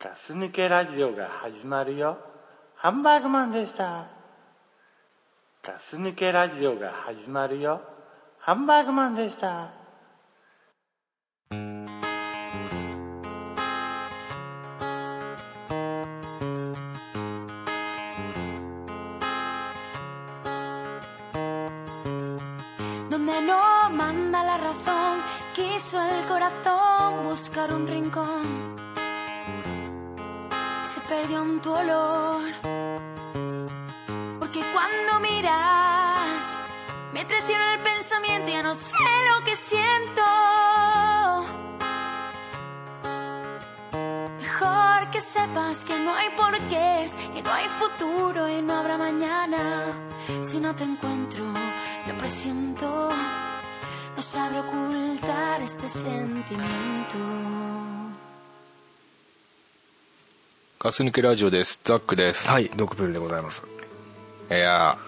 ガス抜けラジオが始まるよ。ハンバーグマンでした。ガス抜けラジオが始まるよ。ハンバーグマンでした。 Donde no manda la razón, quiso el corazón buscar un rincón. Se perdió en tu olor. Porque cuando miras, me traiciona el pensamiento, ya no sé lo que siento. Mejor que sepas que no hay porqués, que no hay futuro y no habrá mañana. Si no te encuentro, lo presiento. No sabré ocultar este sentimiento. ガス抜けラジオですザックです、はいドクプルでございますい、や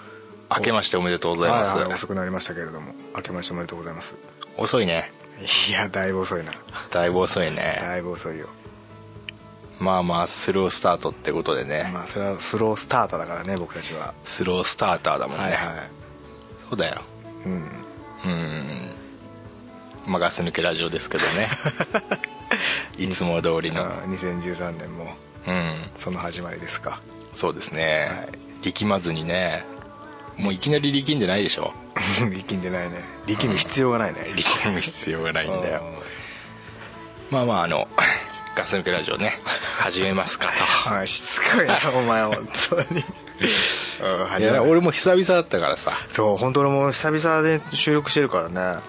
ー明けましておめでとうございます、はいはい遅くなりましたけれども明けましておめでとうございます遅いねいやだいぶ遅いなだいぶ遅いねだいぶ遅いよまあまあスロースタートってことでね、まあそれはスロースターターだからね僕たちはスロースターターだもんね、はいはそうだよいうんうんまあガス抜けラジオですけど ねいつも通りのあ2013年もうんその始まりですか そうですね、は力まずにねもういきなり力んでないでしょ力んでないね力む必要がないね力む必要がないんだようんまあまああの ガス抜けラジオね始めますかはいしつこい なお前本当にうんと始いやまる俺も久々だったからさそう本当にもう久々で収録してるからね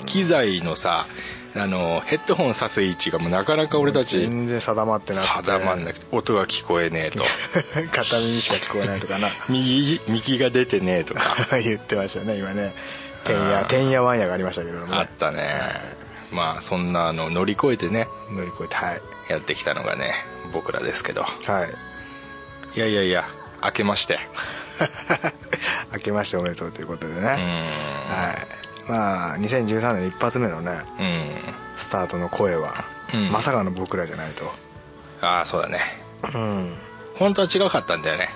うん、機材のさあのヘッドホンさす位置がもうなかなか俺たち全然定まってなくて定まんなくて音が聞こえねえと 片耳しか聞こえないとかな右右が出てねえとか 言ってましたね今ねてんやてんやわんやがありましたけれどもね、あったねまあそんなあの乗り越えてね乗り越えてはいやってきたのがね僕らですけどはい いやいやいや明けまして明けましておめでとうということでね、うんはいまあ2013年一発目のねうんスタートの声は、うんまさかの僕らじゃないとああそうだねうん本当は違かったんだよね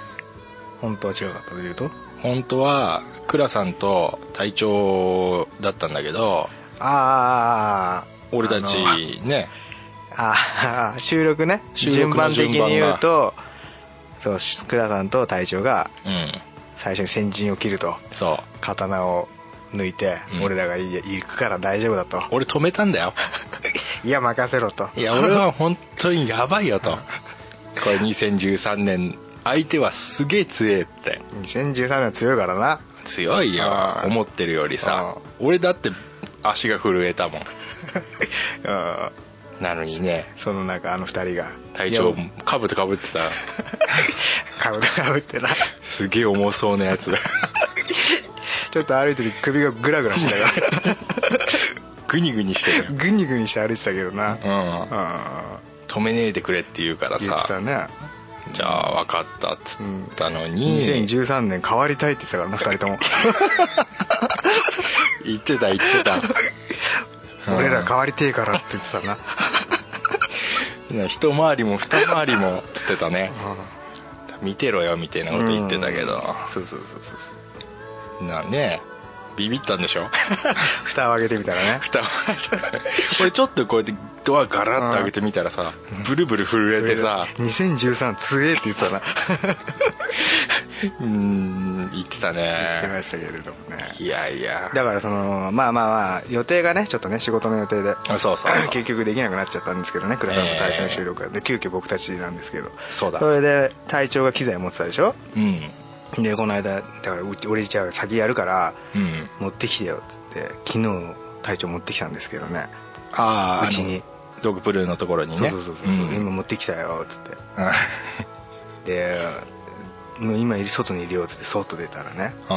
本当は違かったというと本当は倉さんと隊長だったんだけどああ俺たちあのねあー収録ね収録順の番的順番がに言うとそう倉さんと隊長がうん最初に先陣を切るとそう刀を抜いて、うん俺らがい行くから大丈夫だと俺止めたんだ よいや任せろといや俺は本当にやばいよとこれ2013年相手はすげえ強えって2013年強いからな強いよあー思ってるよりさあー俺だって足が震えたもんうんなのにねその中あの二人が体い調やかぶとかぶってたかぶかぶってな すげえ重そうなやつだちょっと歩いてる首がグラグラして たかグニグニしてるらグニグニして歩いてたけどなううんん止めねえでくれって言うから言ってたさねじゃあ分かったっつったのに2013年変わりたいって言ってたからな二人とも言ってた言ってた俺ら変わりてえからって言ってた なね一回りも二回りもつってた ね見てろよみたいなこと言ってたけどそうそうそうそうそうなねビビったんで しょ蓋を開けてみたらね蓋を開けた俺ちょっとこうやってドアガラッと開けてみたらさブルブル震えてさ2013強えって言ってたなうーん言ってた 言ってねましたけれどもねいやいやだからそのまあまあまあ予定がねちょっとね仕事の予定であそうそうそう 結局できなくなっちゃったんですけどね倉さんと対象の収録が、で急遽僕たちなんですけどそうだそれで隊長が機材持ってたでしょうんでこの間だからう俺じゃあ先やるからうん持ってきてよっつって昨日隊長持ってきたんですけどねああうちにドグプルーのところにそうねそうそうそう、うん今持ってきたよっつってでもう今いる外にいるよっつって外出たらねうん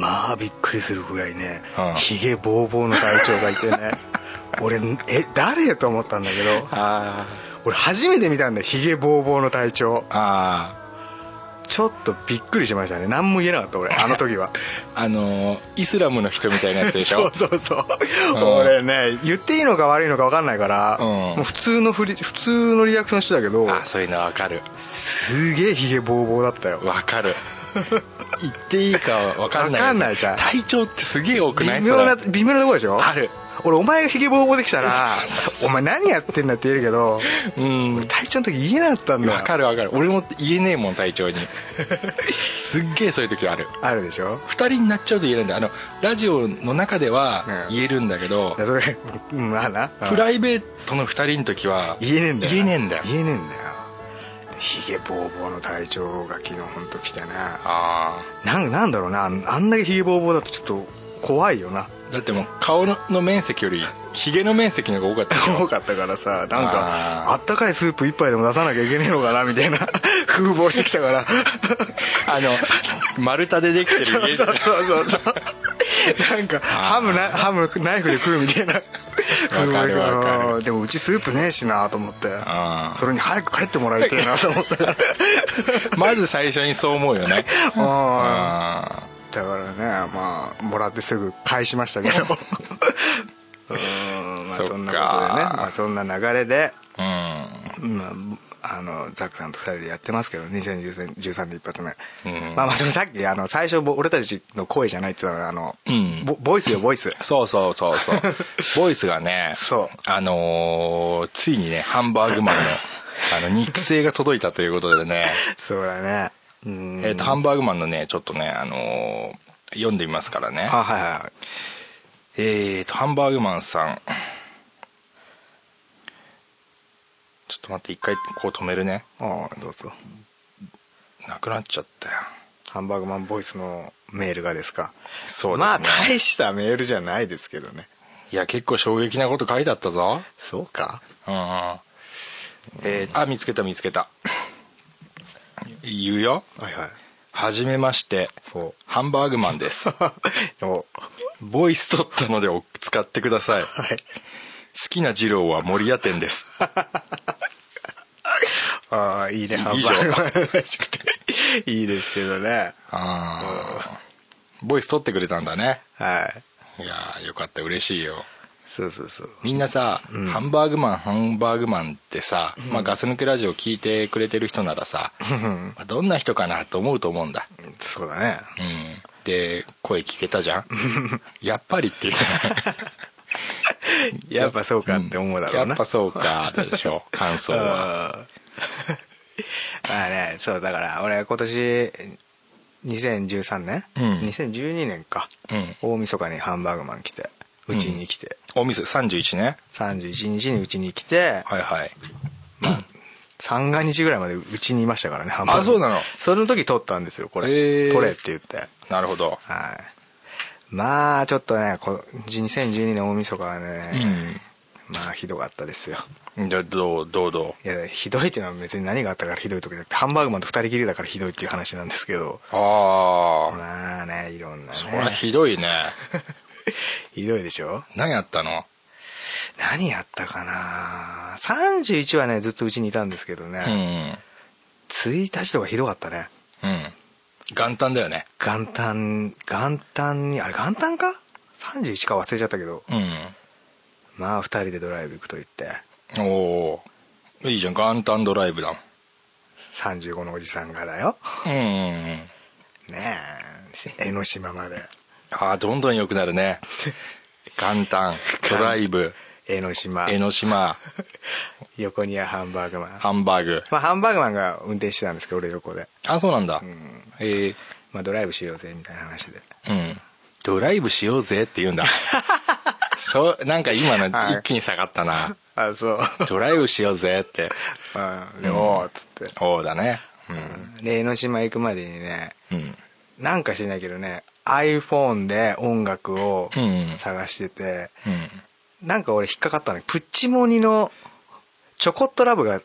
まあびっくりするぐらいねうんひげぼうぼうの隊長がいてね 俺え誰と思ったんだけどあ俺初めて見たんだよひげぼうぼうの隊長あちょっとびっくりしましたね何も言えなか った俺あの時はあのイスラムの人みたいなやつでし そょうそうそううん俺ね言っていいのか悪いのか分かんないから、うんもう普通のふり普通のリアクションしてたけどあそういうのわかるすげえヒゲボーボーだったよわかる 言っていいかわかんないわかんないじゃん体調ってすげえ多くない微妙なそ微妙なとこでしょれある俺お前がヒゲボーボーできたら そうそうお前何やってんだって言えるけどうん体調の時言えなかったんだよわかるわかる俺も言えねえもん体 調にすっげえそういう時あるあるでしょ2人になっちゃうと言えないんだよあのラジオの中ではうん言えるんだけど、いやそれうんまあなうんプライベートの2人の時は言えねえんだよ言えねえんだよ言えねえんだよヒゲボーボーの体調が昨日本当来てねあなんなんだろうなあんあんだけヒゲボーボーだとちょっと怖いよ なあだってもう顔のの面積よりひげの面積の方が多かったでしょ多かったからさなんあーかあったかいスープ一杯でも出さなきゃいけねえのかなみたいな 風貌してきたから あの丸太でできてそうる家そうそうそうなんかハムなハムナイフで食うみたいな風かるわかるうんでもうちスープねえしなと思ってあーそれに早く帰ってもらいたいな と思ったからまず最初にそう思うよ ねうんあだからねまあもらってすぐ返しました けどうーんまあそっかそんなことでね、まあ、そんな流れで、あまあ、あのザックさんと2人でやってますけど2013年一発目、うんまあまあそのさっきあの最初ぼ俺たちの声じゃないって言ったのはあの、うんボボイスよボイスうんそうそうそうそう ボイスがねそうあのーついにねハンバーグ マンのあの肉声が届いたということでねそうだねうんえーとハンバーグマンのねちょっとね、あのー読んでみますからねあはいはいえーとハンバーグマンさんちょっと待って一回こう止めるねああどうぞなくなっちゃったよハンバーグマンボイスのメールがですかそうですね、まあ大したメールじゃないですけどねいや結構衝撃なこと書いてあったぞそうかうんうんえーあ見つけた見つけた言うよはいはいはじめましてそうハンバーグマン ですおボイス取ったのでお使ってください好はいきな二郎は森屋店 ですああいいねハいいンじゃバんーグマンらしくていいですけどねああボイス取ってくれたんだねはいいやーよかった嬉しいよそうそうそうみんなさ、ハンバーグマンハンバーグマンってさ、まあ、ガス抜けラジオ聞いてくれてる人ならさ、んまあどんな人かなと思うと思うんだ、そうだねうん、で声聞けた じゃんやっぱりっていうやっぱそうかって思うだろうな、やっぱそうかでし ょ感想はは まあねそうだから俺今年2013年、うん2012年か、うん大晦日にハンバーグマン来てうちに来て、お店31ね31日にうちに来て、はいはい三が日ぐらいまでうちにいましたからねハンバーグあそうなのその時撮ったんですよこれ、へー撮れって言ってなるほどはいまあちょっとねこ2012年大晦日はね、まあひどかったですよじゃあどうどうどういやひどいっていうのは別に何があったからひどいとかじゃなくてハンバーグマンと二人きりだからひどいっていう話なんですけどああ、まあねいろんなそりゃねひどいねひどいでしょ何やったの何やったかな31はねずっとうちにいたんですけどね、うん1日とかひどかったねうん元旦だよね元旦元旦にあれ元旦か31か忘れちゃったけどうんまあ二人でドライブ行くと言っておおいいじゃん元旦ドライブだもん35のおじさんがだようんうんうんねえ江ノ島までああどんどん良くなるね元旦ドライブ江ノ島江ノ島横にはハンバーグマンハンバーグまあ、ハンバーグマンが運転してたんですけど俺横で、あそうなんだ、んえまあ、ドライブしようぜみたいな話でーうんドライブしようぜって言うんだそうなんか今のはい一気に下がったな、あ そうドライブしようぜってあでおーっつって、おおだねうんで江ノ島行くまでにねうんなんか知らないけどね iPhone で音楽をうん探してて、うんなんか俺引っかかったのプッチモニのチョコットラブが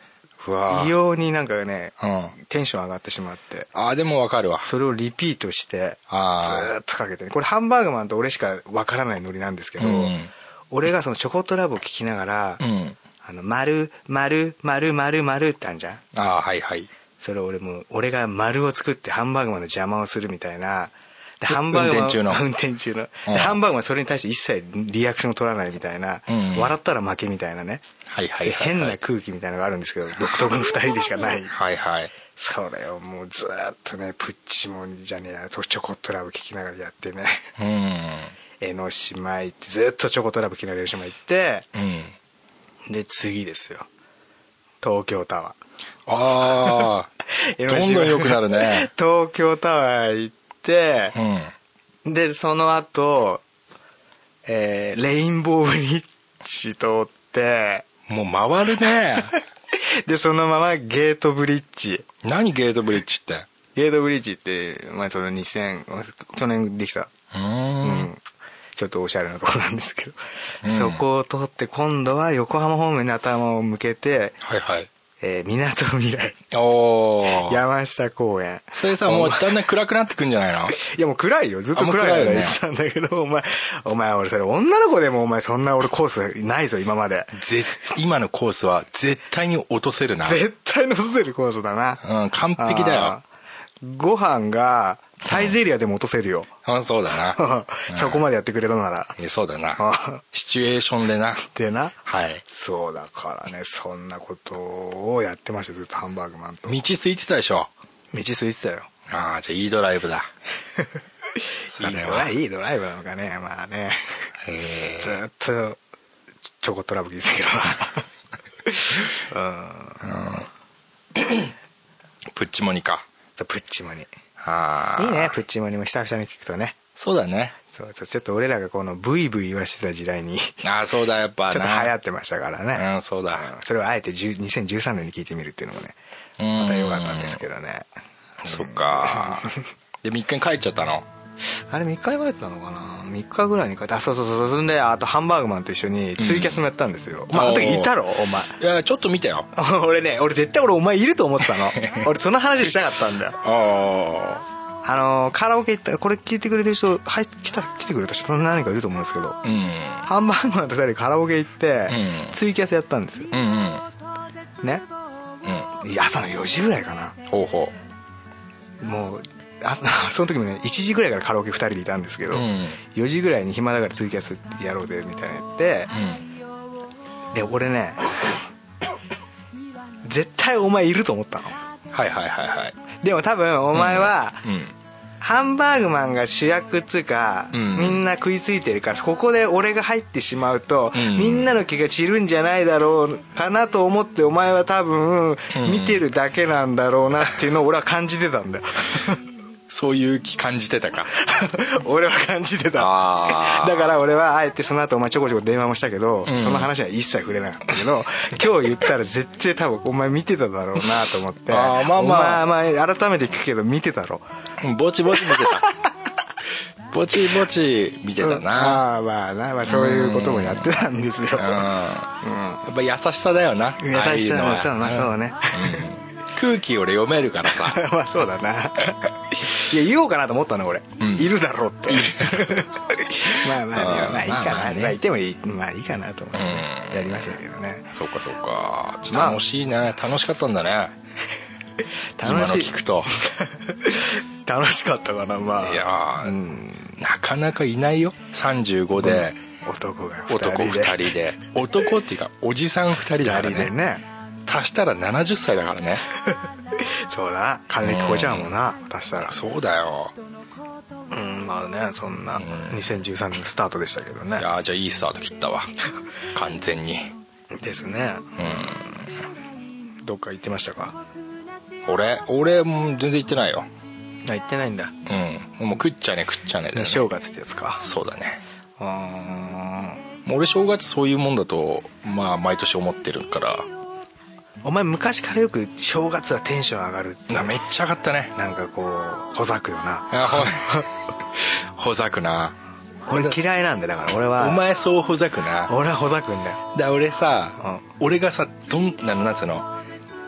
うわー異様になんかねうんテンション上がってしまってあーでもわかるわそれをリピートしてずあーーっとかけてねこれハンバーグマンと俺しかわからないノリなんですけど、うん俺がそのチョコットラブを聞きながら「うんあの丸丸丸丸丸ってあんじゃんああはいはいそれ俺も俺が丸を作ってハンバーグマンの邪魔をするみたいなでうハンバーグ運マン転中の 運転中の、うんでハンバーグマンはそれに対して一切リアクションを取らないみたいな、うんうん笑ったら負けみたいなね、はいはいはいはい変な空気みたいなのがあるんですけど独特の2人でしかないはいはいそれをもうずーっとねプッチモンじゃねえやとチョコトラブ聞きながらやってねう江ノ島行ってずーっとチョコトラブ聞きながら江ノ島行ってんうんで次ですよ東京タワあー あ どんどん良くなるね東京タワー行ってう、んでその後、えーレインボーブリッジ通ってもう回るねでそのままゲートブリッジ 何ゲートブリッジってゲートブリッジって、まあ、その2000去年できたううんんちょっとおしゃれなところなんですけど、そこを通って今度は横浜方面に頭を向けて、はいはいえー、港未来おお山下公園それさもうだんだん暗くなってくんじゃないのいやもう暗いよずっと暗いからあもう暗いよね言ってたんだけどお前お前俺それ女の子でもお前そんな俺コースないぞ今までぜ今のコースは絶対に落とせるな絶対のせるコースだなうん完璧だよあーご飯がサイゼリアでも落とせるよ、うんそうだ なそこまでやってくれたならいやそうだあなシチュエーションでなでなはいそうだからねそんなことをやってましたずっとハンバーグマンと道空いてたでしょ空いてたよああじゃあいいドライブだそ いいれドはライいいドライブなのかねまあねへずっとチョコトラブ聞いてたけどなうんープッチモニか プッチモニいああいねプッチモニも久々に聞くとねそうだねそうそうちょっと俺らがこのブイブイ言わしてた時代にちょああそうだやっぱっなと流行ってましたからねうんそうだそれをあえて10 2013年に聞いてみるっていうのもねうんまた良かったんですけどねそっかで3日に帰っちゃったのあれ3日に帰ったのかな3日ぐらいに帰ったあそうそうそうそんであとハンバーグマンと一緒にツイキャスもやったんですよ、うんまああおのー時いたろおいやちょっと見たよ前 俺ね俺絶対俺お前いると思ってた の俺その話したかったんだよああのーカラオケ行ったこれ聞いてくれてる人はい来た来てくれた人何かいると思うんですけどあうんハンバーグマンと2人でカラオケ行って、うんツイキャスやったんですようんうんねうんいや朝の4時ぐらいかなほうほもうあ その時もね1時ぐらいからカラオケ2人でいたんですけうど、うん4時ぐらいに暇だからツイキャスやろうぜみたいなのやって、うんで俺ね絶対お前いると思ったのはいはいはいはいでも多分お前は、うんハンバーグマンが主役っつうか、うんみんな食いついてるからここで俺が入ってしまうと、うんみんなの気が散るんじゃないだろうかなと思ってお前は多う分ん見てるだけなんだろうなっていうのを俺は感じ てたんだよそういう気感じてたか俺は感じてたあだから俺はあえてその後お前ちょこちょこ電話もしたけど、うんその話は一切触れなかった けど今日言ったら絶対多分お前見てただろうなと思ってあーまあまあお前お前改めて聞くけど見てたろうんぼちぼち見てたぼちぼち見てたなうんまあまあな、まあ、そういうこともやってたんですよ、うんやっぱ優しさだよな優しさああいうのはそうまあそうねうんうん空気俺読めるからさまあそうだないや言おうかなと思ったの俺、うんいるだろうって まあまあ、うんまあいいまあかな、ままああねいてもいいまあいいかなと思って、うんやりましたけどねそうかそうかちょっと楽しいね楽しかったんだね今の楽しい聞くと 楽しかったかなまあいやーうん、なかなかいないよ35で男が2人男で2人で男っていうかおじさん2人だから二人でねね足したら70歳だからねそうだな金木こちゃんもな足したらそうだようんまあねそんな、ん2013年のスタートでしたけどねいやーじゃあいいスタート切ったわ完全にですねうんどっか行ってましたか俺俺も全然行ってないよあ行ってないんだ、ね、うんもう食っちゃね食っちゃねだよね正月ってやつかそうだねうーんもう俺正月そういうもんだとまあ毎年思ってるからお前昔からよく正月はテンション上がるってなめっちゃ上がったねなんかこうほざくよなあほ ほざくな俺嫌いなんでだから俺はお前そうほざくな俺はほざくんだよだ俺さ、俺がさどんなのなんつうの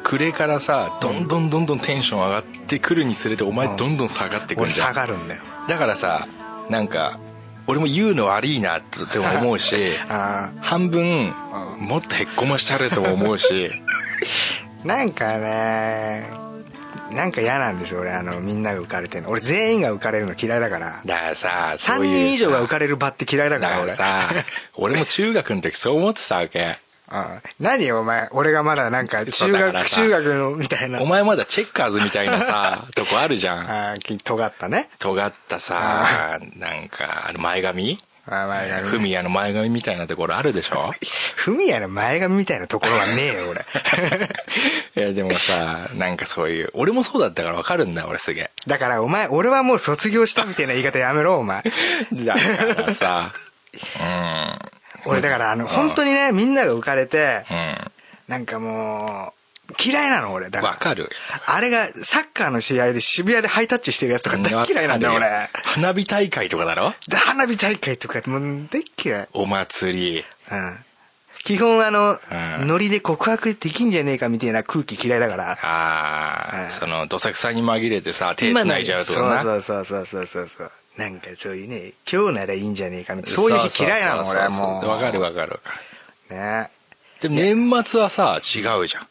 暮れからさどんどんどんどんテンション上がってくるにつれておう前んどんどん下がってくる俺じゃん下がるんだよだからさなんか俺も言うの悪いなって思う しあ半分 もっとへっこましたれとも思うしーなんかねなんか嫌なんですよ俺あのみんなが浮かれてるの俺全員が浮かれるの嫌いだからだからさ3人以上が浮かれれる場って嫌いだだかからら俺さ俺も中学の時そう思ってたわけああ何お前俺がまだなんかそうだ中から学さ中学のみたいなお前まだチェッカーズみたいな さとこあるじゃんああき尖ったね尖ったさなんかあの前髪ああ前フ髪ミヤの前髪みたいなところあるでし ょふみやの前髪みたいなところはねえよ俺 いやでもさなんかそういう俺もそうだったからわかるんだ俺すげえだからお前俺はもう卒業したみたいな言い方やめろ お前だからさうん俺だからあの本当にねみんなが浮かれてうなんかもう嫌いなの俺だんからわかるあれがサッカーの試合で渋谷でハイタッチしてるやつとか大嫌いなんだよわかる俺花火大会とかだろで花火大会とかもう大嫌いお祭りうん基本あの、うんノリで告白できんじゃねえかみたいな空気嫌いだからああ、うんそのどさくさに紛れてさ手つないじゃうとかなそうそうそうそうそうそうなんかそういうね今日ならいいんじゃねえかみたいなそういう日嫌いなのそうそ俺うはそうもうわかるわかるわかるねでも年末はさ違うじゃん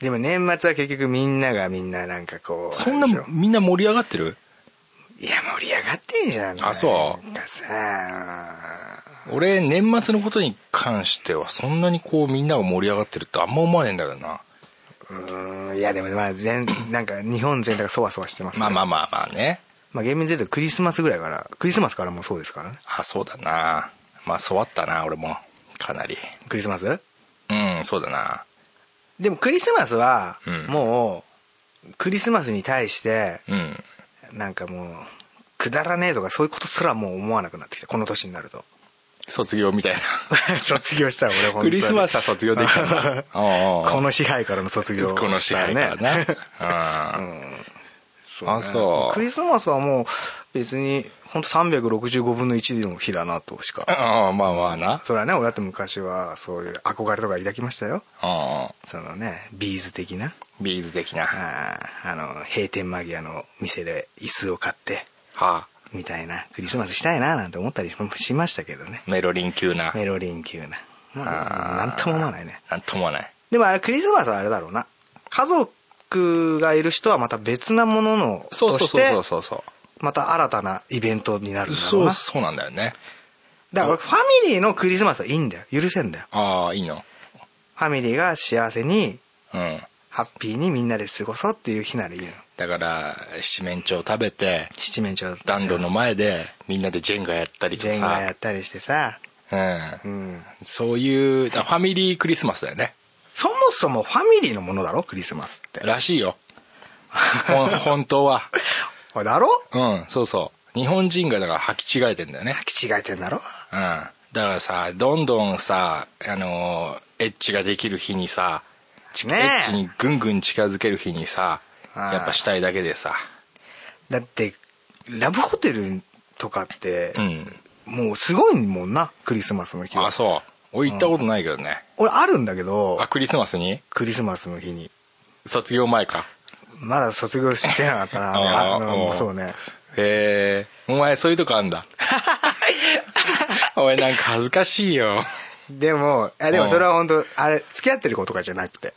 でも年末は結局みんながみんななんかこうそんなあれでしょみんな盛り上がってるいや盛り上がってんじゃんあそうなんかさ俺年末のことに関してはそんなにこうみんなが盛り上がってるってあんま思わねえんだけどなうーんいやでもまあ全 なんか日本全体がそわそわしてますね、まあまあまあまあねまあ厳密に言うとクリスマスぐらいからクリスマスからもそうですからねあそうだなまあそうあったな俺もかなりクリスマスうんそうだなでもクリスマスはうんもうクリスマスに対してうんなんかもうくだらねえとかそういうことすらもう思わなくなってきたこの年になると 卒業みたいな 卒業したら俺本当クにリスマスは卒業できたん だおうおうこの支配からの卒業をしたこの支配からな、うんそうねあそうクリスマスはもう別に本当365分の1の日だなとしかああまあまあなそれはね俺だって昔はそういう憧れとか抱きましたよああそのねビーズ的なビーズ的なはあーあの閉店間際の店で椅子を買ってあみたいなクリスマスしたいななんて思ったりもしましたけどねメロリン級なメロリン級な、まああ、あなんとも思わないねなんともないでもあれクリスマスはあれだろうな家族がいる人はまた別なもののそうとそうしてそうそうそうまた新たなイベントになるんだろそううなそうなんだよねだから俺ファミリーのクリスマスはいいんだよ許せんだよああいいのファミリーが幸せにうんハッピーにみんなで過ごそうっていう日ならいいのだから七面鳥食べて七面鳥暖炉の前でみんなでジェンガやったりジとェンガやかったりしてささ、ううん、んそういうだからファミリークリスマスだよねそもそもファミリーのものだろクリスマスってらしいよほ ん本当はあだろうんそうそう日本人がだから履き違えてんだよね気違えてんだろうんだからさどんどんさあのーエッチができる日にさ、ちねえエッチにぐんぐん近づける日にさああやっぱしたいだけでさだってラブホテルとかって、うんもうすごいもんなクリスマスの日はあそう俺行ったことないけどね、俺あるんだけどあクリスマスにクリスマスの日に卒業前かまだ卒業してなかったな ああのうんそうねへえお前そういうとこあん だおいなんか恥ずかしいよでもあでもそれは本当あれ付き合ってる子とかじゃなくて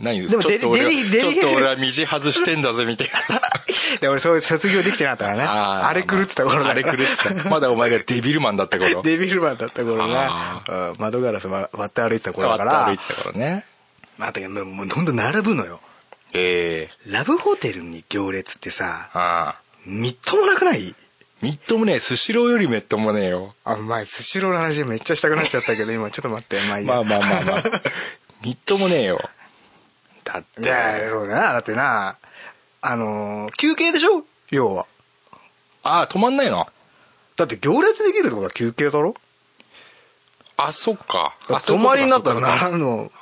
何ちでょっもデリと俺はデリデリちょっと俺は道外してんだぜみたいな で俺そういう卒業できてなかったからねあれ狂ってた頃だあれ狂って たまだお前がデビルマンだった頃デビルマンだった頃あがうん窓ガラス割って歩いてた頃だか割らって歩いてたからねまあだけどもうもうどんどん並ぶのよええラブホテルに行列ってさああみっともなくないみっともねえスシローよりめっともねえよあ前スシローの話めっちゃしたくなっちゃったけど今ちょっと待ってまあいいやまあまあまあまあ みっともねえよだっいやてそうだなだってなあのー休憩でしょ要はああ止まんないのだって行列できるってことは休憩だろあそっかあそういうこと泊まかりになったらそういうことなからんの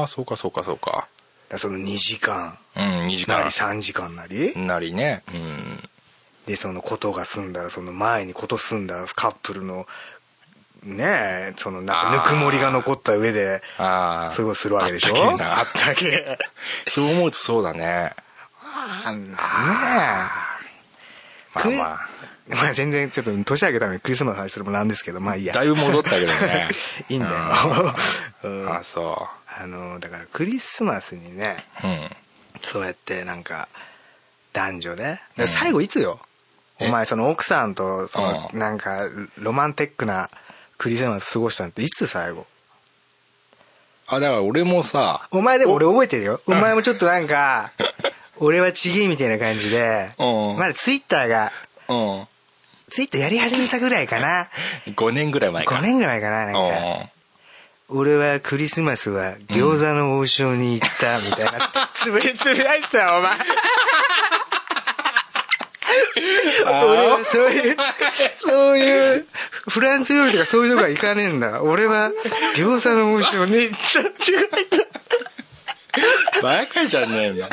ああそうかそうかそうかねその2時間うん2時なり間3時間なりなりねうんでそのことが済んだらその前にこと済んだカップルのねえそのなんかぬくもりが残った上でああそういうことするわけでしょあったけえなあったけえ そう思うとそうだねあんなまあまあねえまあ全然ちょっと年明けたのにクリスマスの話するのもなんですけどまあいいやだいぶ戻ったけどね いいんだよ、うんああそあのだからクリスマスにねううんそうやってなんか男女でで最後いつよ、えお前その奥さんとそのうんなんかロマンテックなクリスマス過ごしたのっていつ最後あだから俺もさお前でも俺覚えてるよお前もちょっとな んか俺はちげえみたいな感じでうんまだツイッターがうんツイッターやり始めたぐらいかな5年ぐらい前か5年ぐらい前かななんか俺はクリスマスは餃子の王将に行ったみたいな、つぶやつぶやいてた よお前俺はそういう、そういう、フランス料理とかそういうとこは行かねえんだ。俺は、餃子の王将に行ったって書いてあうるんバカじゃねえの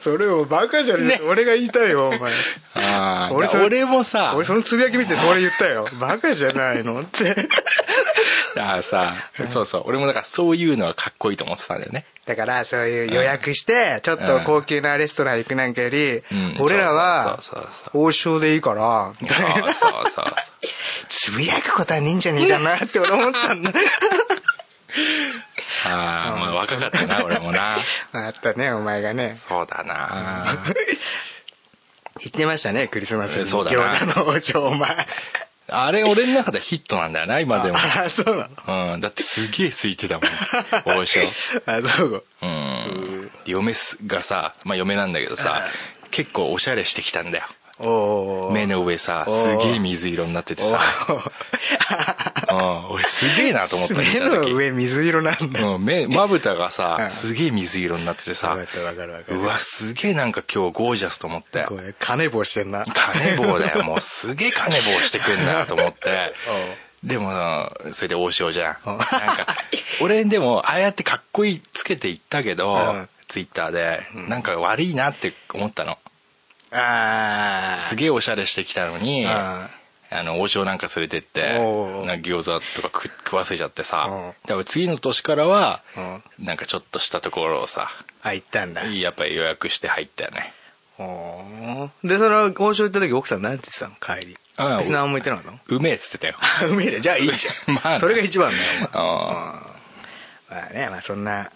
それもバカじゃねえ、俺が言いたいよ、お 前。ああ俺俺それ俺もさ俺そのつぶやき見てそれ言ったよ。バカじゃないのって。ああさそうそう俺もだからそういうのはかっこいいと思ってたんだよねだからそういう予約してちょっと高級なレストラン行くなんかよりん俺らそうはそうそうそ王将でいいからみそうたいなそうそうつぶやくことはねえんじゃねえかなって俺思ったん だ ああもう若かったな俺もなあったねお前がねそうだな言ってましたねクリスマスにえそうだな餃子の王将お前あれ俺の中ではヒットなんだよな今でも あそうなの うんだってすげえ空いてたもん王将あそううんで嫁すがさまあ嫁なんだけどさ結構おしゃれしてきたんだよおお目のの上さおーすげえ水色になってて さうん俺すげえなと思った目の上水色なんだ上目まぶたがうさんすげえ水色になっててさわかったわかるわかるうわすげえなんか今日ゴージャスと思ってこれ金棒してんな金棒だよもうすげえ金棒してくんなと思 ってでもそれで王将じゃんうんなんか俺でもああやってかっこいいつけていったけど、うんツイッターでなんか悪いなって思ったのああすげえおしゃれしてきたのに、うんあの王将なんか連れてっておうなんか餃子とか食食わせちゃってさ、うん多分次の年からは、なんかちょっとしたところをさあ行ったんだやっぱり予約して入ったよねでその王将行った時奥さん何て言ってたの帰りああ別に何も言ってなかったのうめえっつってたようめえねじゃあいいじゃん まあねそれが一番だよ あお前まあねまあそんな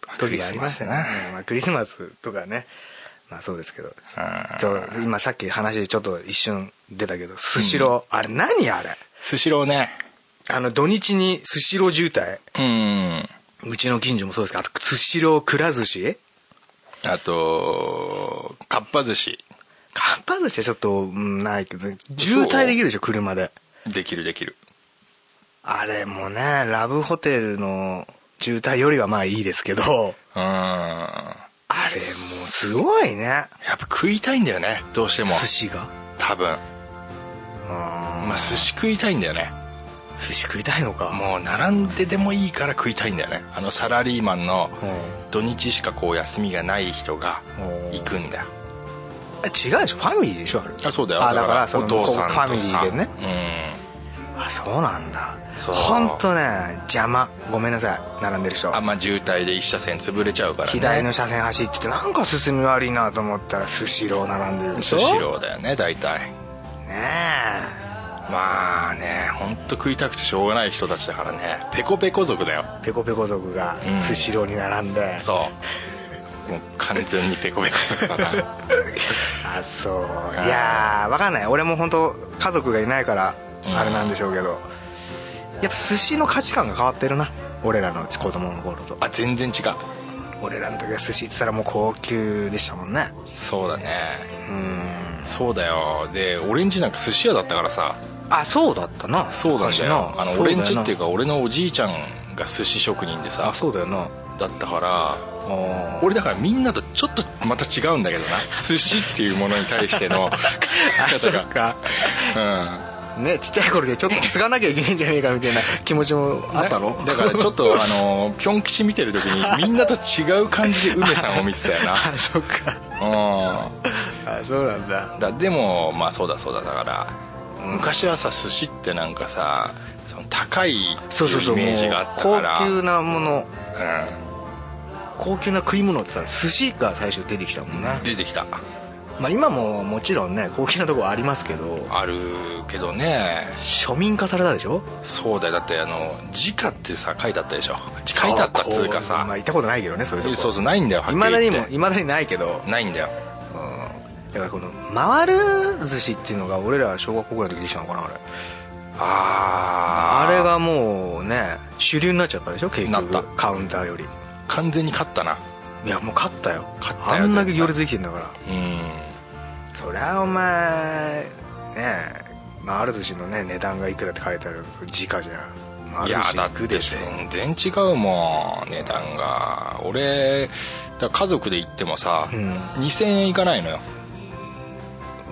ク時リがあスりマまスすだよなねうんまあクリスマスとかねまあそうですけどんそう今さっき話ちょっと一瞬出たけどスシローあれ何あれスシローねあの土日にスシロー渋滞うんうちの近所もそうですけどあとスシローくら寿司あとかっぱ寿司かっぱ寿司はちょっとうんないけど渋滞できるでしょ車でできるできるあれもね、ラブホテルの渋滞よりはまあいいですけど、あれうんもやうすごいね。っぱ食いたいんだよねどうしても寿司が。多分ままあ寿司食いたいんだよね寿司食いたいのか。もう並んででもいいから食いたいんだよねあのサラリーマンのうん土日しかこう休みがない人が行くんだよえ違うでしょファミリーでしょあれ。あそうだよあだからそのお父さんとさファミリーでねうあ、そうなんだ。そうほんとね、邪魔。ごめんなさい、並んでる人んあ。んま渋滞で一車線潰れちゃうからね左の車線走ってて、なんか進み悪いなと思ったら、スシロー並んでるでしスょシローだよね大体ー。ねまあね本当食いたくてしょうがない人たちだからねペコペコ族だよえ。ペコペコ族がうんスシローに並んで。そうもう完全にペコペコ族だな あそういやーわかんない俺も本当家族がいないからうんあれなんでしょうけど、やっぱ寿司の価値観が変わってるな俺らの子供の頃とあ全然違う俺らの時は寿司って言ったらもう高級でしたもんねそうだねうんそうだよで俺んちなんか寿司屋だったからさあそうだったなそうなん昔だなよあのそうだ俺よんなちっていうか俺のおじいちゃんが寿司職人でさあそうだよなだったからあー俺だからみんなとちょっとまた違うんだけどな寿司っていうものに対しての考え あそ方っがかうんねちっちゃい頃でちょっと継がなきゃいけないんじゃねえかみたいな 気持ちもあったのだからちょっとあのピョン吉見てる時に みんなと違う感じで梅さんを見てたよなあそっかうんあそうなんだだでもまあそうだそうだだから、昔はさ寿司ってなんかさその高いってそうそういそううイメージがあったからもう高級なものう高級な食い物って言ったら寿司が最初出てきたもんねん、出てきたまあ、今ももちろんね高級なところありますけどあるけどね庶民化されたでしょそうだよだってあの直ってさ書いてあったでしょ書いてあったっつうかまあ、さ行ったことないけどねそういうとこそうそうないんだよはっきいり言まだってにもいまだにないけどないんだよだからこの回る寿司っていうのが俺らは小学校ぐらいの時できたのかなあれああーれがもうね主流になっちゃったでしょ結なった局カウンターより完全に勝ったないやもう勝ったよ勝ったよあんだけ絶対行列できてんだからうんそりゃお前ねえ回る寿司のね値段がいくらって書いてある時価じゃ回いる寿や司だ行っくてでしょ全然違うもん値段が俺だから家族で行ってもさ、うん2000円いかないのよ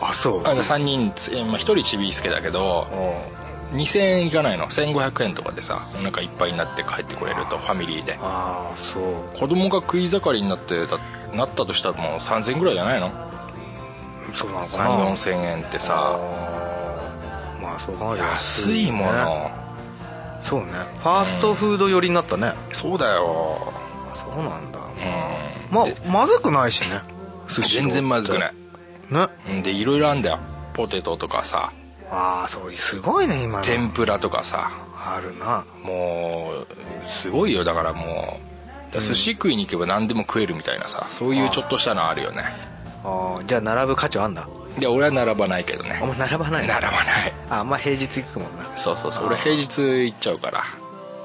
あそうあの3人、えーまあ、1人ちびいすけだけどおう2000円いかないの1500円とかでさお腹いっぱいになって帰ってこれるとファミリーでああそう子供が食い盛りになってだなったとしたらもう3000円ぐらいじゃないのそうなのかな34000円ってさあーまあそう考えると安いもねのそうねファーストフード寄りになったね、そうだよあそうなんだうんまあまずくないしね寿司全然まずくないねうんでいろいろあんだよポテトとかさああそうすごいね今の天ぷらとかさあるなもうすごいよだからもうだから寿司食いに行けば何でも食えるみたいなさそういうちょっとしたのあるよねあーじゃあ並ぶ価値はあんだで俺は並ばないけどねあんま並ばない並なばないああんま平日行くもんなそうそうそうあー俺平日行っちゃうから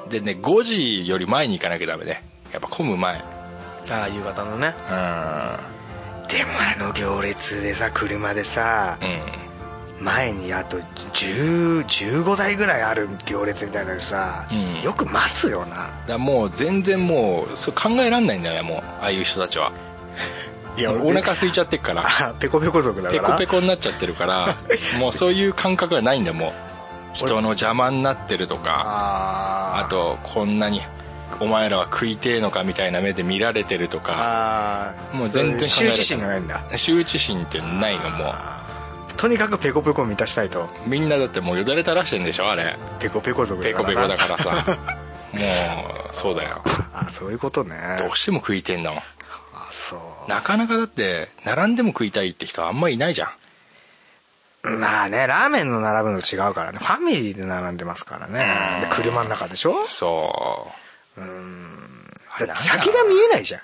でね5時より前に行かなきゃダメねやっぱ混む前うんああ夕方のねうでもあの行列でさ車でさ、ん前にあと10 15台ぐらいある行列みたいなのさ、うんよく待つよなだからもう全然もうそう考えらんないんだよねもうああいう人たちはいお腹空いちゃってっ からあペコペコ族だかペらコペコになっちゃってるから もうそういう感覚がないんだよもう人の邪魔になってるとかああーとこんなにお前らは食いてえのかみたいな目で見られてるとかあーもう全然考えそうられないいう羞恥心がないんだ羞恥心ってないのもあーとにかくペコペコを満たしたいとうみんなだってもうよだれ垂らしてんでしょあれペコペコ族ペだコからペコだからら さもうそうだよ あそういうことねどうしても食いてえんだもんあそうなかなかだって並んでも食いたいって人はあんまいないじゃんまあねラーメンの並ぶの違うからねファミリーで並んでますからねで車の中でしょそうーんあだれなってんだ先が見えないじゃん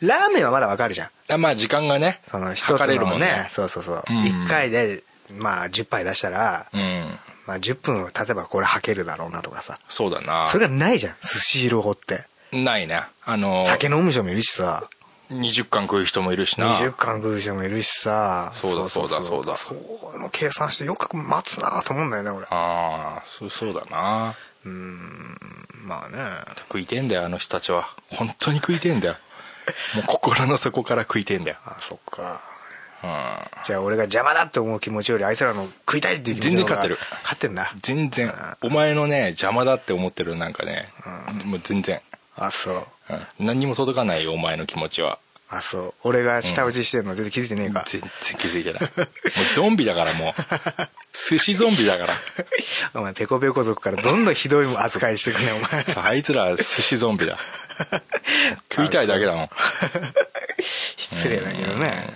ラーメンはまだわかるじゃんうあまあ時間がねその一つの測れるもんねねそうそうそううん1回でまあ10杯出したら、うんまあ、10分経てばこれはけるだろうなとかさそうだなそれがないじゃん寿司色法ってないねあの酒飲む人もいるしさ20巻食う人もいるしな20巻食う人もいるしさそうだそうだそうだそういうの計算してよく待つなと思うんだよね俺ああそそうだなうーんまあね食いてんだよあの人たちは本当に食いてんだよもう心の底から食いてんだよ、あそっかうじゃあ俺が邪魔だって思う気持ちよりあいつらの食いたいっていう気持ちの方が全然勝ってる勝ってんだん、全然お前のね邪魔だって思ってるなんかね、もう全然、あそううん、何にも届かないよお前の気持ちはあそう俺が舌打ちしてんの全然気づいてねえか、全然気づいてないもうゾンビだからもう寿司ゾンビだからお前ペコペコ族からどんどんひどい扱いしてくねお前 あいつら寿司ゾンビだ食いたいだけだもん失礼だけどね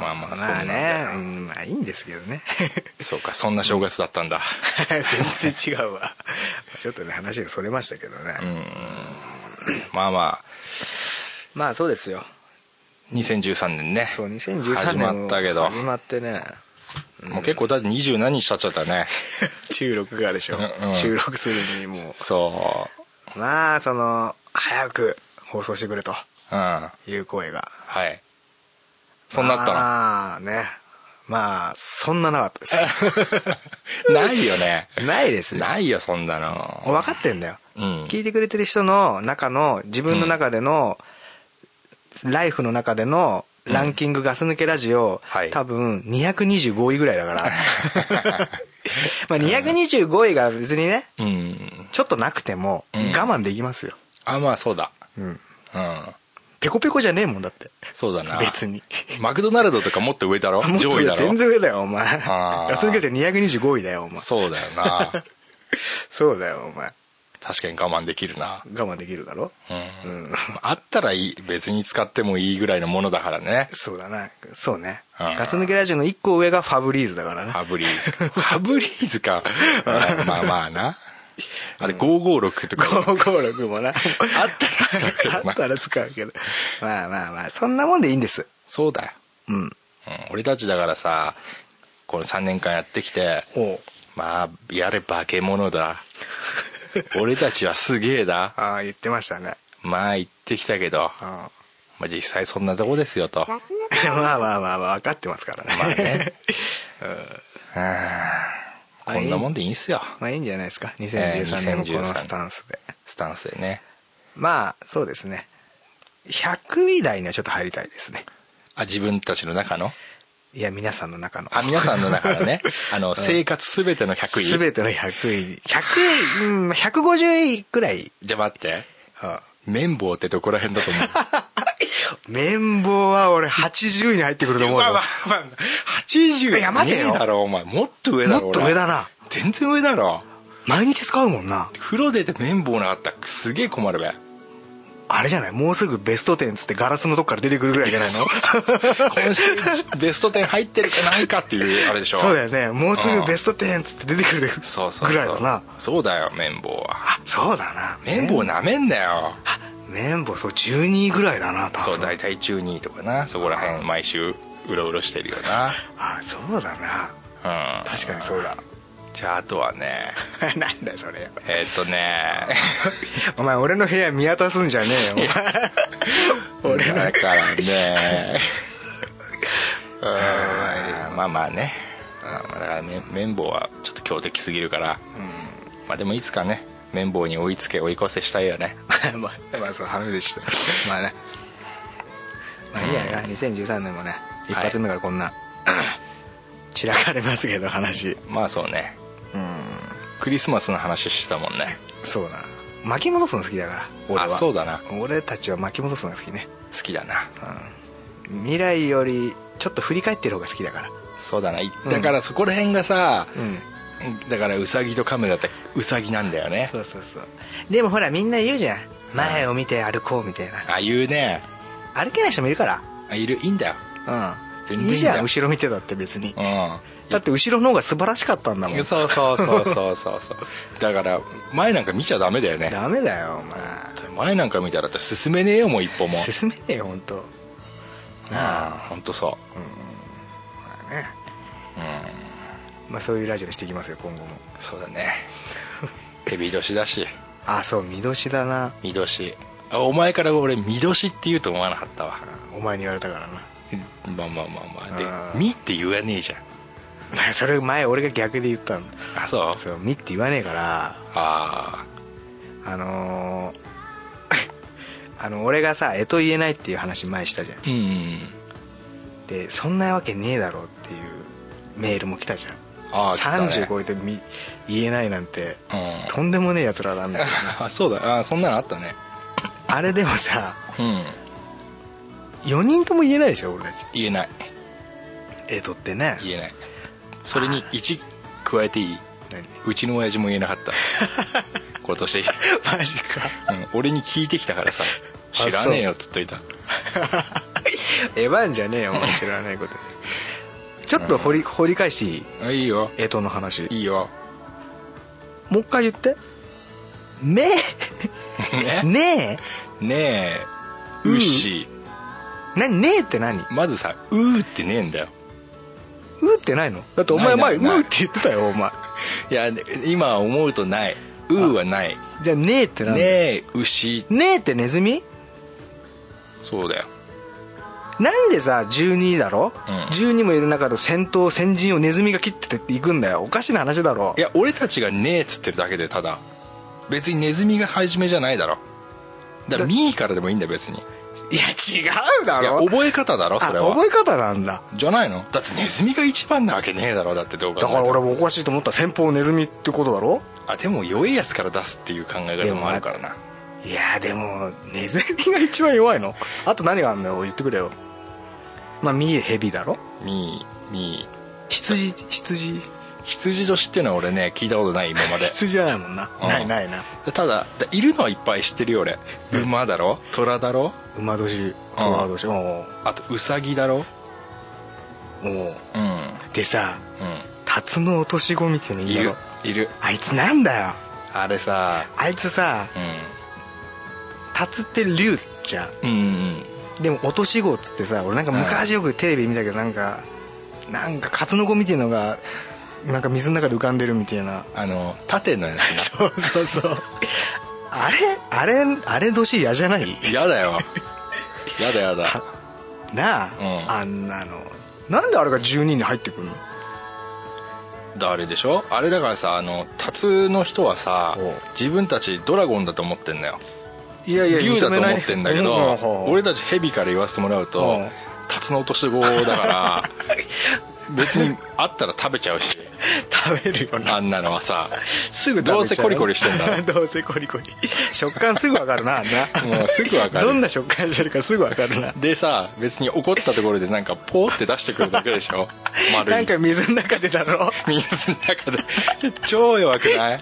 まあまあそうまなあんだよねうんまあいいんですけどね そうかそんな正月だったんだ全然違 うわちょっとね話がそれましたけどね、まあまあまあそうですよ2013年ねそう2013年始まったけど始まってねもう結構だって二十何日経っちゃったね収録がでしょ、うんうん収録するにもそうまあその早く放送してくれとううんはいう声がいそんなあっまあねまあそんななかっ たですたの ないよねないですよないよそんなの分かってんだよ、うん聞いてくれてる人の中の自分の中での、ライフの中でのランキングガス抜けラジオ、はい多分225位ぐらいだから まあ225位が別にねうんちょっとなくてもうん我慢できますよ、あまあそうだうんうんペコペコじゃねえもんだってそうだな別にマクドナルドとかもっと上だろもっと上位だろ全然上だよお前あーガス抜けじゃ225位だよお前そうだよなそうだよお前確かに我慢できるな我慢できるだろうん、うん あったらいい別に使ってもいいぐらいのものだからねそうだなそうねうんガス抜けラジオの一個上がファブリーズだからねファブリ ーズファブリーズかうんまあまあなあれ556とか556も なあったら使うけどなあったら使うけどまあまあまあそんなもんでいいんですそうだよ、うんうん、俺たちだからさこの3年間やってきておうまあやれ化け物だ俺たちはすげえだああ言ってましたねまあ言ってきたけど、うんままあ、実際そんなとこですよとあ まあまあまあ分かってますからねまあねこんなもんででいいんすよ まあいいんじゃないですかえー2013年のこのスタンスで、スタンスでねまあそうですね100位台にはちょっと入りたいですねあ自分たちの中のいや皆さんの中の あ皆さんの中のねあの生活すべての100位全ての100位に100位、うん、150位くらい、じゃあ待って綿棒ってどこら辺だと思う綿棒は俺80位に入ってくると 思うよまあまあまあ80いや待てよねえだろお前もっと上だろもっと上だな俺全然上だろ毎日使うもんな風呂出て綿棒なかったらすげえ困るべあれじゃないもうすぐベスト10つってガラスのとこから出てくるぐらいじゃないの 今週ベスト10入ってるかないかっていうあれでしょそうだよねもうすうぐんベスト10つって出てくるそうそうそうぐらいだなそうだよ綿棒はあそうだな綿棒なめんなよ綿棒そう12位ぐらいだな多分そう大体中2とかなそこら辺毎週うろうろしてるよなあそうだなうん確かにそうだじゃああとはね なんだよそれ えーっ、とねお前俺の部屋見渡すんじゃねえよお前 俺のだから ねあーまあまあねだからめ綿棒はちょっと強敵すぎるから、まあでもいつかね綿棒に追いつけ追い越せしたいよ ねまあ、まあそう話でしたまあねまあいいやな2013年もね一発目からこんな、 散らかれますけど話まあそうねうんクリスマスの話してたもんねそうだ巻き戻すの好きだから俺はあそうだな俺たちは巻き戻すのが好きね、好きだなうん、未来よりちょっと振り返ってる方が好きだからそうだなだからそこら辺がさ、うんだからウサギとカメだったらウサギなんだよねそうそうそうでもほらみんな言うじゃん前を見て歩こうみたいなああいうね歩けない人もいるかあいるいいんだよらう全ん然いいんだいいじゃん後ろ見てたって別にうだって後ろの方が素晴らしかったんだもんんそうそうそうそうそうそう だから前なんか見ちゃダメだよねダメだよお前前なんか見たらだって進めねえよもう一歩も進めねえよ本当ああ本当そまあねううんまあそういうラジオにしていきますよ今後もそうだね蛇年だしあそう見年だな見年あお前から俺見年って言うと思わなかったわお前に言われたからな まあまあまあまああで「ーみ」って言わねえじゃんそれ前俺が逆で言ったのあそうそう「み」って言わねえからああのー あの俺がさ「えと言えない」っていう話前したじゃんあうんで「そんなわけねえだろ」っていうメールも来たじゃんああ来たね30超えてみ言えないなんてうんとんでもねえやつらなんだけどあそうだあそん なのあったねあれでもさうん4人とも言えないでしょ俺たち言えないえとってね言えないそれに1加えていい何うちの親父も言えなかった 今年、 マジかうん、俺に聞いてきたからさ知らねえよっつっといたエヴァンじゃねえよお前知らないことにちょっと掘り掘り返していいあいいよえとの話いいよもう一回言ってめねねえねえ「う」しなねえって何うまずさ「う」ってねえんだよってないのだってお前な前いないうって言ってたよお前いや今思うとない「う」はないじゃあねえ「って何ねねえ牛えってネズミ」そうだよなんでさ12だろ、うん12もいる中で先頭先陣をネズミが切ってっていくんだよおかしな話だろいや俺たちが「ねえ」っつってるだけでただ別にネズミが初めじゃないだろだから「だみ」からでもいいんだよ別にいや違うだいやろ覚え方だろそれあは覚え方なんだじゃないのだってネズミが一番なわけねえだろだってどう考えだてもから俺もおかしいと思った先方ネズミってことだろあでも弱いやつから出すっていう考えで方ももあるからないやでもネズミが一番弱いのあと何があんのよ言ってくれよまあミーヘビだろみみ羊羊羊年っていうのは俺ね聞いたことない今まで 羊じゃないもんな、うんないないなただだいるのはいっぱい知ってるよ俺馬だろ虎だろ馬年虎年もあとウサギだろうもううんでさうタツノオトシゴみてえにんいいるるのいるあいつなんだよあれさあいつさうタツって竜じゃんんうんでも落とし子っつってさ俺なんか昔よくテレビ見たけどなんかなんかカツノコみたいのがなんか水の中で浮かんでるみたいなあの縦のや つそうそうそうあれあれあれ年嫌じゃないなやだ よやだやだたなあ、うんあんなのなんであれが12に入ってくるのだあれでしょあれだからさあのタツの人はさおう自分たちドラゴンだと思ってんだよいやい竜だと思ってんだけど俺たちヘビから言わせてもらううとんタツの落とし子だ から別にあったら食べちゃうし食べるよあなんなのはさすぐ食べちゃどうせコリコリしてんだろ どうせコリコリ食感すぐわかるなあんなもうすぐわかるどんな食感してるかすぐわかるなでさ別に怒ったところでなんかポーって出してくるだけでし ょ丸いなんか水の中でだろ水の中で超弱くない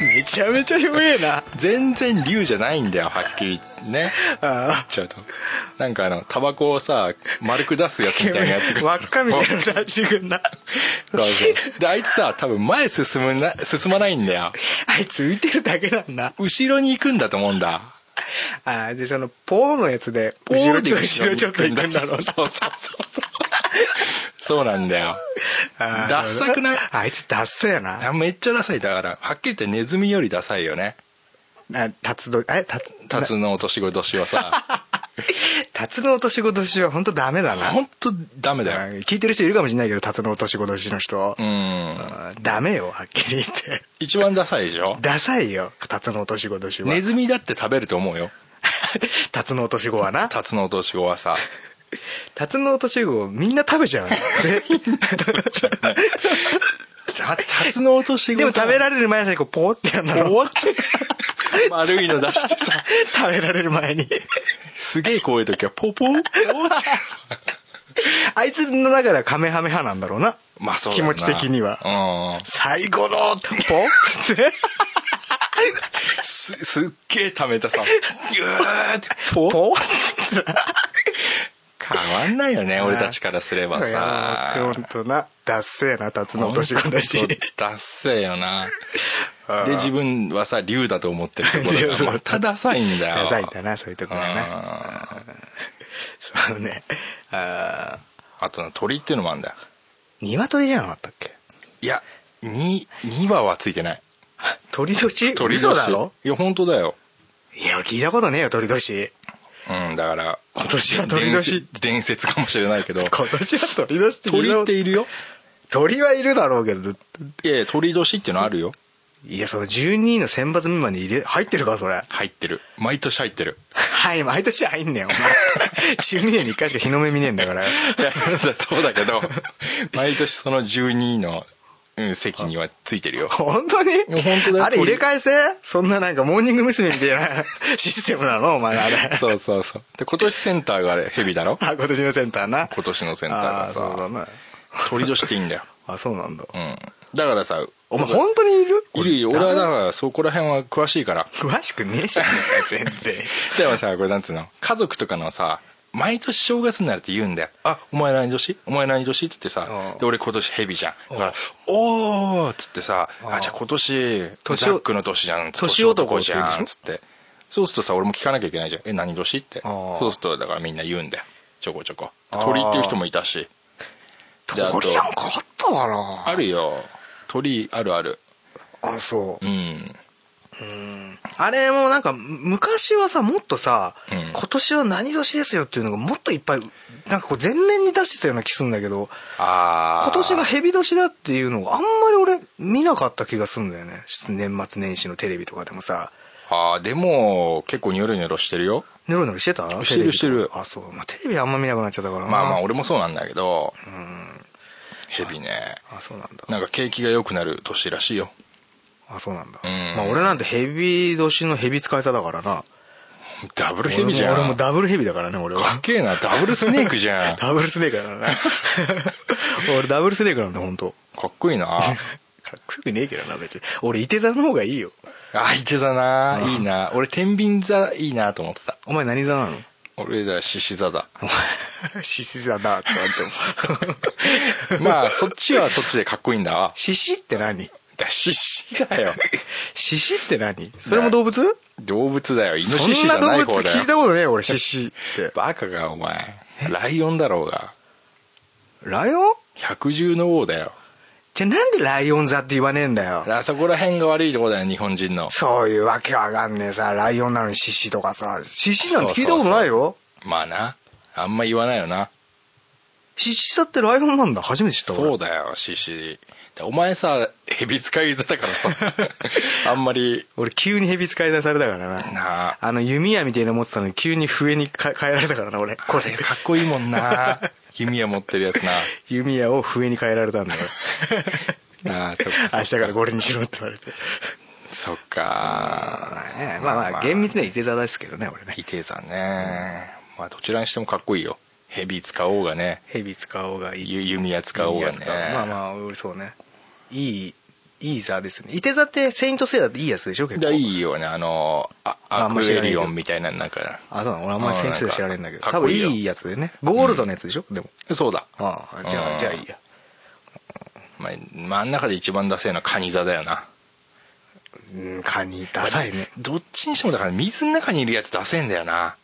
めちゃめちゃ弱えな全然竜じゃないんだよはっきりねあちょっとなんかあのタバコをさ丸く出すやつみたいなやつあ輪っかみたいなの出してくんなそうそうであいつさ多分前進むな進まないんだよ あいつ浮いてるだけなんだ後ろに行くんだと思うんだあーでそのポーのやつで後ろちょっとポー後ろちょっと行くんだろうなそうそうそうそうそうなんだよあーダッサくないあいつダッサやなあめっちゃダサいだからはっきり言ってネズミよりダサいよねあタツドえタツタ ツの年子年はさタツの落とし子年は本当ダメだな本当ダメあだよー聞いてる人いるかもしれないけどタツの落とし子年の人、うんあーダメよはっきり言って一番ダサいでしょダサいよタツの落とし子年はネ ズミだって食べると思うよタツの落とし子はなタツノオトシゴは さタツノオトシゴみんな食べちゃうねぜ タツノオトシゴでも食べらられる前にこうポーってやるんだろって丸いの出してさ 食べられる前にすげえ怖い時はポポー あいつの中ではカメハメ派なんだろうなまあそうだ 気な持ち的にはうん最後のポーっつってすすっげえ溜めたさギューって ポポー変わんないよね俺たちからすればさ本当なダッセーなタツノオトシゴだしほんとダッセーよなあーで自分はさ竜だと思ってるところ竜が そうまたダサいんだよ ダサいんだなそういうとこだななそうねああとな鳥っていうのもあるんだよー鶏じゃなかったっけいやに2羽はついてない鳥年鳥嘘だろいや本当だよいや俺聞いたことねえよ鳥年うんだから今年は鳥伝年説伝説かもしれないけど今年は鳥年って鳥っているよ鳥はいるだろうけどいやいや鳥年っていうのあるよいやその12位の選抜メンバーに入れ入ってるかそれ入ってる毎年入っ てるはい毎年入んねんお前 12年に1回しか日の目見ねえんだからいやそうだ けど毎年その12の、うん、席にはついてるよ本当にや本当だよあれ入れ替え制そんななんかモーニング娘。みたいなシステムなのお前あれそうそうそうで今年センターがあれヘビだろあ今年のセンターな今年のセンターあがーそうださな鳥年っていいんだよあそうなんだうんだからさお前本当にいるいるいる俺はだだからそこら辺は詳しいから詳しくねえじゃねえかよ全然でもさこれなんつうの家族とかのさ毎年正月になると言うんだよ「あお前何年お前何年?」っつってさうんで俺今年ヘビじゃんだから「おー」っつってさ「うんあじゃあ今年ジャ年をックの年じゃん年男じゃって言ん」っうでしつってそうするとさ俺も聞かなきゃいけないじゃん「え何年?」ってあーそうするとだからみんな言うんだよちょこちょこあー鳥っていう人もいたしであと鳥なんかあったかなあるよ鳥あるあるあそううんあれもなんかむ昔はさもっとさ、うん今年は何年ですよっていうのがもっといっぱいなんかこう前面に出してたような気するんだけどああ今年が蛇年だっていうのをあんまり俺見なかった気がするんだよね年末年始のテレビとかでもさあーでも結構ニョロニョロしてるよネロネロしてたしてるしてるテレビとかあそう、まあ、テレビあんま見なくなっちゃったからなまあまあ俺もそうなんだけどヘビねあそうなんだなんか景気が良くなる年らしいよあそうなんだ、うんまあ俺なんて蛇年の蛇使いさだからなダブルヘビじゃん俺も俺もダブル蛇だからね俺かっは けえなダブルスネークじゃん ダブルスネークだからな俺ダブルスネークなんだ本当かっこいいなかっこよくねえけどな、別に。俺、いて座の方がいいよ。あいて座なうんいいな俺天秤座いいなと思ってたお前何座な の俺ら獅子座だ獅子座だって言われても。 まあそっちはそっちでかっこいいんだわ獅子って何だ獅子だよ獅子って何それも動物動物だよイノそシシんじゃな動ない物方だ聞いたよことねえ、俺、獅子って。バカがお前ライオンだろうがライオン百獣の王だよじゃあなんでライオン座って言わねえんだよ。あそこら辺が悪いとこだよ日本人のそういうわけわかんねえさ、ライオンなのに獅子とかさ、獅子なんて聞いたことないよ。まあなあんま言わないよな獅子座ってライオンなんだ、初めて知った俺そうだよ獅子でお前さ蛇使い座だからさ あんまり俺急に蛇使い出されたからな。なああの弓矢みたいなの持ってたのに急に笛にか変えられたからな、俺。ここれれ。かっこいいもん な弓矢持ってるやつな 弓矢を笛に変えられたん だよ。ああそっか明日からこれにしろって言われて。そっかねまあまあ、厳密にはいて座ですけどね、俺ね。伊さんねまあどちらにしてもかっこいいよ蛇使おうがね蛇使おうがいい。ゆ弓矢使おうがねいいやつだまあまあ、俺そうね。いい、いい座ですね。いて座って、セイントセイだっていいやつでしょ、結構。だいいよねあのああアんまク知らエないけリどオンみたいななんかあ、そうなの俺あんまりセイントセイダ知られんだけうど。んなんか多分かっこいいよいいやつでね。ゴールドのやつでしょ、でも。そうだああ、じゃうあ、んじゃあいいや。まあ真ん中で一番ダセえのはカニ座だよなうん、カニ、ダサいね。どっちにしてもだから水の中にいるやつダセえんだよな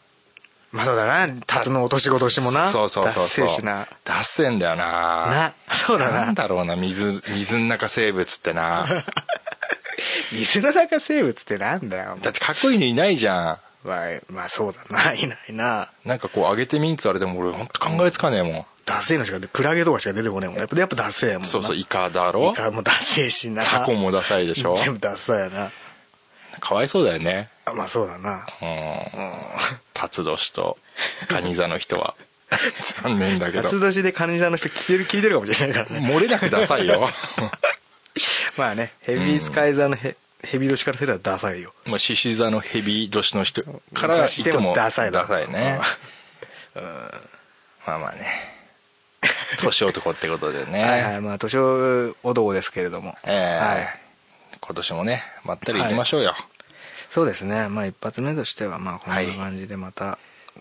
まあそうだな、タツの落とし事してもな。そうそうそうそうダッセーしな。ダッセーんだよなな、そうだなんな。だろうな水水の中生物ってな水の中生物ってなんだよ。だってかっこいいのいないじゃまあ、まあそうだな、 いないな。んなんかこう上げてみんっつわれても俺ほんと考えつかねえもんダセーのしか、クラゲとかしか出てこねえもん。やっぱ、やっぱダセーもんな。そうそうイイカだろカもダセーしな。タコもダサいでしょ全部ダサいやな。かわいそうだよねあまあそうだな。うんう辰年とカニ座の人 は残念だけん。ど初出しでカニ座の人聞いてる、聞いてるかもしれないからね。漏れなくダサいよまあね、ヘビースカイ座のヘ、ヘビー年からすればダサいよ。まあ獅子座の蛇年の人からししててももダサいだダサいねまあまあね年男ってことでね はいはい、まあ、年男ですけれども。えーはい。今年もねまったりいきましょうよ、そうですね、まあ一発目としては、まあこんはない感じでまた、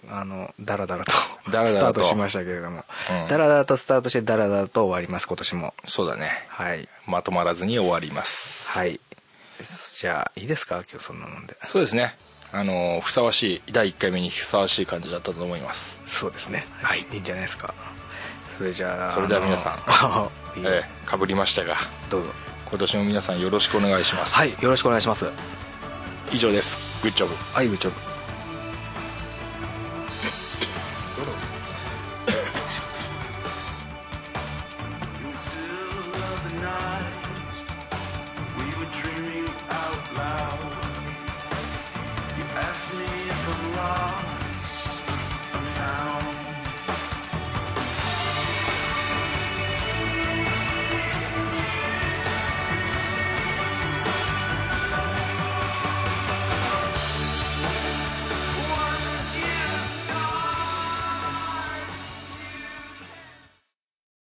あの、だらだらとだらスだターらトとしましたけれどもうん、だらだらとスタートして、だらだらと終わります、今年も。そうだねはい。まとまらずに終わりますはい。じゃあ、いいですか今日そんなもんで。そうですねあのふさわしい第1回目にふさわしい感じだったと思いますそうですね。はい。いいんじゃないですか。それじゃあ、それでは皆さんあのいいよええかぶりましたがどうぞ。今年も皆さんよろしくお願いします、はい、よろしくお願いします。以上ですグッジョブはい、部長。